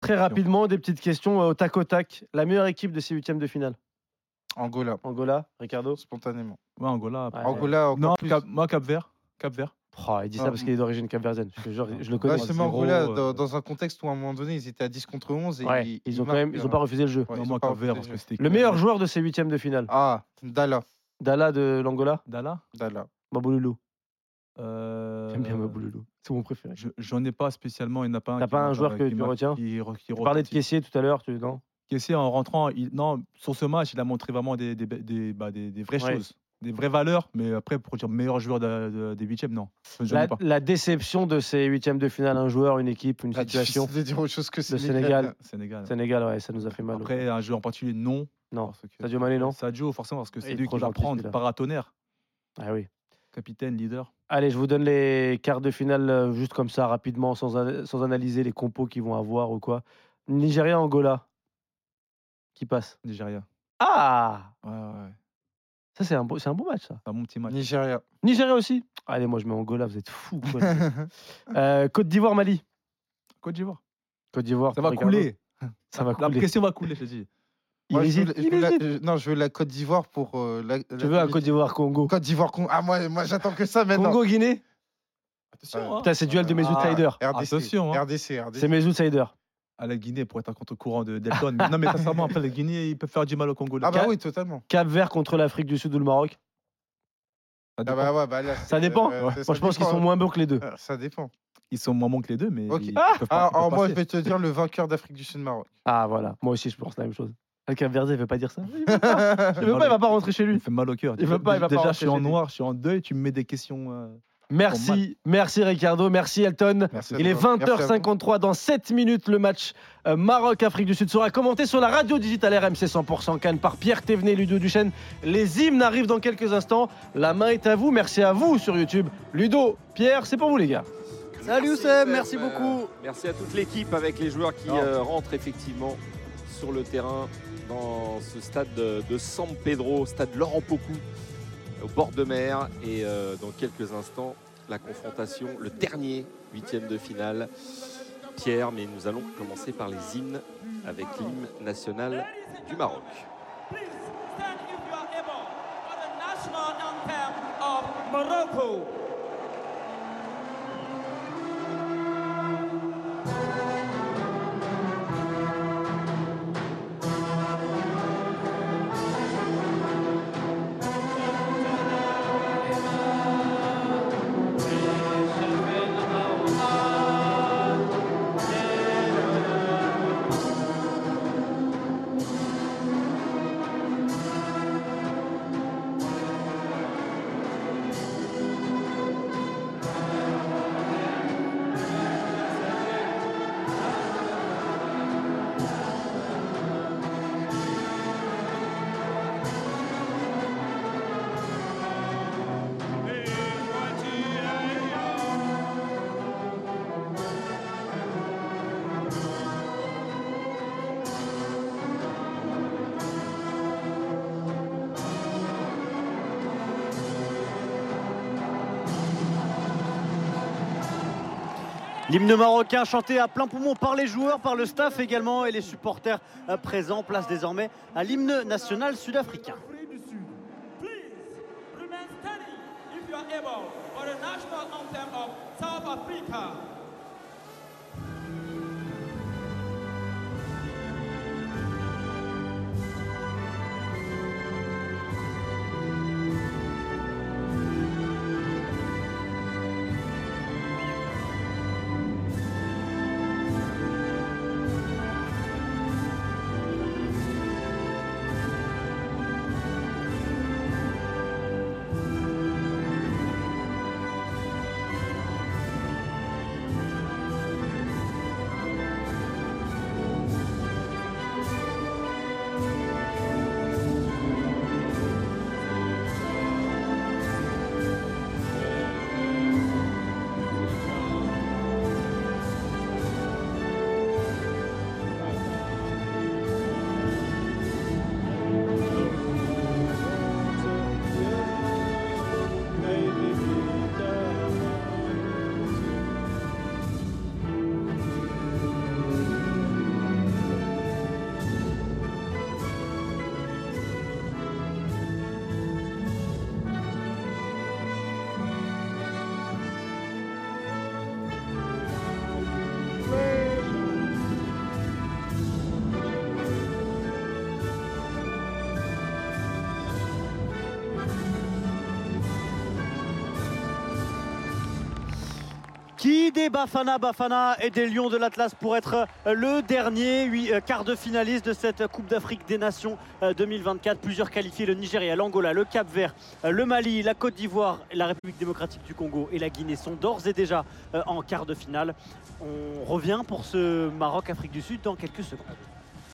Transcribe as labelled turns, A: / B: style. A: très rapidement, des petites questions euh, au tac au tac. La meilleure équipe de ces huitièmes de finale
B: Angola,
A: Angola, Ricardo
B: spontanément.
C: Ouais, Angola.
A: Ouais.
B: Angola, encore
C: Non,
B: plus.
C: Cap- moi, Cap Vert. Cap Vert.
A: Oh, Il dit ça
B: Ah,
A: parce qu'il est d'origine capverdienne. Je, te jure, je le
C: Ah,
B: Bah,
A: connais.
C: c'est
B: justement,
C: zéro,
B: Angola,
C: euh,
B: dans, dans un contexte où à un moment donné, ils étaient à 10 contre 11 et
A: Ouais,
B: ils,
A: ils ont quand même, ils ont pas refusé le jeu.
B: hein. Ouais,
C: non,
B: ils
C: moi,
B: ont pas
C: Cap Vert,
B: refusé
C: parce
B: le
C: que
B: jeu.
C: c'était.
A: Le meilleur joueur de ces huitièmes de finale
B: Ah, Dala,
A: Dala de l'Angola
C: Dala.
B: Dala.
A: Mabouloulou.
C: euh,
A: J'aime bien Mabouloulou. C'est mon préféré.
C: je- J'en ai pas spécialement. Il n'y en a pas un.
A: T'as
C: qui
A: pas un
C: m'a-
A: joueur que
C: qui
A: tu
C: m'a-
A: retiens
C: qui re- qui
A: Tu parlais de
C: retentit.
A: caissier tout à l'heure, tu non
C: Kessé, en rentrant, il- non, sur ce match, il a montré vraiment des, des, des- bah, des- des vraies
A: Ouais.
C: choses, des vraies valeurs. Mais après, pour dire meilleur joueur de- de- des huitièmes, non. Je ne
A: la,
C: pas.
A: la déception de ces huitièmes de finale, un joueur, une équipe, une
B: Ah,
A: situation.
B: difficile de dire autre chose que
A: Le Sénégal.
C: Sénégal.
A: Sénégal, ouais, ça nous a fait mal.
C: Après, un joueur en particulier, non.
A: non.
C: Parce que-
A: Sadio Mané, non
C: Sadio, forcément, parce que
A: Il
C: c'est
A: est
C: lui
A: trop
C: qui va
A: gentil,
C: prendre
A: celui-là.
C: paratonnerre,
A: Ah oui.
C: capitaine, leader.
A: Allez, je vous donne les quarts de finale euh, juste comme ça, rapidement, sans, an- sans analyser les compos qu'ils vont avoir ou quoi. Nigeria-Angola. Qui passe
C: Nigeria.
A: Ah
C: Ouais, ouais, ouais.
A: Ça, c'est un, beau- c'est un bon match, ça.
C: C'est un bon petit match.
B: Nigeria.
A: Nigeria aussi Allez, moi, je mets Angola, vous êtes fous. quoi. Euh, Côte d'Ivoire-Mali.
C: Côte d'Ivoire.
A: Côte d'Ivoire.
C: Ça va
A: Ricardo.
C: couler.
A: Ça va
C: La
A: couler.
C: pression va couler, je te dis.
A: Il
B: Moi, je veux
A: hésite,
B: la- je
A: il
B: veux la-
A: hésite.
B: je- Non, je veux la Côte d'Ivoire pour. euh, la,
A: Tu veux un Côte d'Ivoire-Congo
B: Côte d'Ivoire. Con- Ah, moi, moi j'attends que ça maintenant.
A: Congo-Guinée
C: Attention, hein.
A: Putain, c'est duel de mes
B: Ah,
A: outsiders.
B: RDC.
C: Attention, hein.
B: RDC, RDC.
A: C'est mes outsiders.
C: À la Guinée, pour être un contre-courant de Delton. Mais non, mais sincèrement, après, la Guinée, ils peuvent faire du mal au Congo.
B: Ah, bah
C: Ça
B: oui, totalement.
A: Cap Vert contre l'Afrique du Sud ou le Maroc.
B: Ah,
A: ah
C: dépend.
B: bah ouais, bah là,
A: Ça
B: c'est-
A: dépend.
B: euh,
A: Moi,
B: ça
A: je pense qu'ils
B: dépend.
A: sont moins bons que les deux.
B: Ah, Ça dépend.
C: Ils sont moins bons que les deux, mais
B: Ok.
C: ils
A: Ah
C: peuvent pas-
B: Ah,
C: ils peuvent
B: en moi,
C: passer.
B: je vais te dire le vainqueur d'Afrique du Sud Maroc.
A: Ah voilà, moi aussi je pense la même chose. Le Cap Vert, il Ah, veut pas dire ça. Il veut pas, il, veut pas, il va pas rentrer chez
C: Il me
A: lui.
C: fait mal au cœur.
A: Il veut pas, il va pas
C: Déjà,
A: rentrer
C: je suis en
A: chez lui.
C: noir, je suis en deuil, tu me mets des questions. euh,
A: Merci, merci Ricardo, merci Elton.
B: Merci à
A: Il est
B: toi. Merci à vous.
A: 20h53 dans 7 minutes le match euh, Maroc-Afrique du Sud sera commenté sur la radio digitale RMC 100% Cannes par Pierre Thévenet, Ludo Duchesne. Les hymnes arrivent dans quelques instants. La main est à vous, merci à vous sur YouTube. Ludo, Pierre, c'est pour vous les gars.
D: Salut
E: Merci,
D: Seb,
E: Seb.
D: merci
E: Euh,
D: beaucoup.
E: Merci à toute l'équipe avec les joueurs qui
D: Non.
E: euh, rentrent effectivement sur le terrain dans ce stade de, de San Pedro, stade Laurent Pocou, au bord de mer. Et euh, dans quelques instants, la confrontation, le dernier huitième de finale. Pierre, mais nous allons commencer par les hymnes avec l'hymne national du Maroc.
F: Please stand if you are able for the national anthem of Morocco.
D: L'hymne marocain chanté à plein poumon par les joueurs, par le staff également et les supporters euh, présents. Place désormais à l'hymne national sud-africain.
F: Afrique du Sud. Please remain standing if you are able for the national anthem of South Africa.
D: qui des Bafana Bafana et des Lions de l'Atlas pour être euh, le dernier huit- euh, quart de finaliste de cette euh, Coupe d'Afrique des Nations euh, 2024. Plusieurs qualifiés, le Nigeria, l'Angola, le Cap Vert, euh, le Mali, la Côte d'Ivoire, la République démocratique du Congo et la Guinée sont d'ores et déjà euh, en quart de finale. On revient pour ce Maroc-Afrique du Sud dans quelques secondes.